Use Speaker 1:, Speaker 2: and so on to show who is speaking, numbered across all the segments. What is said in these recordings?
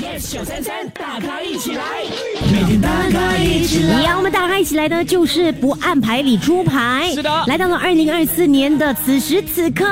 Speaker 1: yes 九三三，大咖一起来，每天大咖一起来。
Speaker 2: 也要我们大家一起来呢，就是不按牌理出牌。
Speaker 1: 是的
Speaker 2: 来到了二零二四年的此时此刻，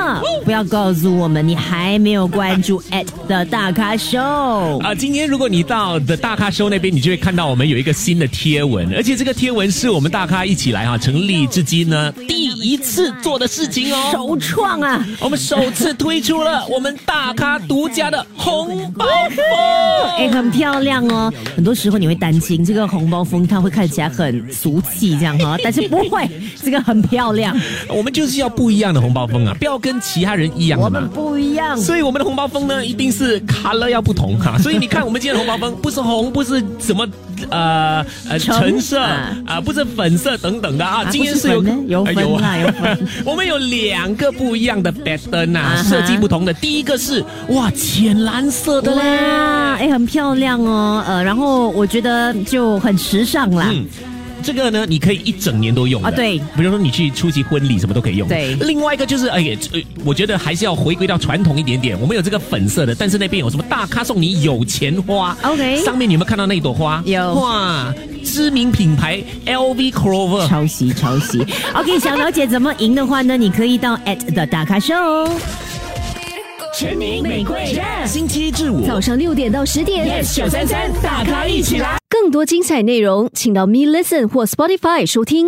Speaker 2: 不要告诉我们你还没有关 注 at 的大咖 show。
Speaker 3: 啊、今天如果你到的大咖 show 那边，你就会看到我们有一个新的贴文，而且这个贴文是我们大咖一起来哈、成立至今呢第一次做的事情哦。
Speaker 2: 首创啊！
Speaker 3: 我们首次推出了我们大咖独家的红包
Speaker 1: Oh
Speaker 3: 风，
Speaker 2: 哎、很漂亮哦。很多时候你会担心这个红包风，它会看起来很俗气这样 哈、但是不会，这个很漂亮，
Speaker 3: 我们就是要不一样的红包风啊，不要跟其他人一样
Speaker 2: 我
Speaker 3: 的
Speaker 2: 们
Speaker 3: 嘛。
Speaker 2: 不一样。
Speaker 3: 所以我们的红包风呢，一定是 color 要不同 哈、所以你看，我们今天的红包风不是红，不是什么呃呃
Speaker 2: 橙
Speaker 3: 橙色啊
Speaker 2: 啊、
Speaker 3: 不是粉色等等的啊。
Speaker 2: 啊
Speaker 3: 今天
Speaker 2: 不是
Speaker 3: 是有
Speaker 2: 粉呢有
Speaker 3: 哎
Speaker 2: 分啦有分
Speaker 3: 我们有两个不一样的 pattern
Speaker 2: 啊
Speaker 3: 啊，
Speaker 2: 哈
Speaker 3: 设计不同的。第一个是哇浅蓝色的
Speaker 2: 哇，
Speaker 3: 嘞，
Speaker 2: 哎、很漂亮哦，呃，然后我觉得就很时尚啦。
Speaker 3: 嗯。这个呢，你可以一整年都用的
Speaker 2: 啊对
Speaker 3: 比如说你去出席婚礼，什么都可以用。
Speaker 2: 对
Speaker 3: 另外一个就是，哎呀，呃我觉得还是要回归到传统一点点。我们有这个粉色的，但是那边有什么大咖送你有钱花
Speaker 2: OK
Speaker 3: 上面你有没有看到那朵花？
Speaker 2: 有
Speaker 3: 哇，知名品牌 LV Clover。
Speaker 2: 抄袭抄袭。OK，想了解怎么赢的话呢，你可以到 at 的打卡 show。
Speaker 1: 全民玫瑰
Speaker 3: 星期一至五
Speaker 4: 早上六点到十点，
Speaker 1: yes 九三三，大咖一起来。
Speaker 4: 更多精彩内容，请到 Me Listen 或 Spotify 收听。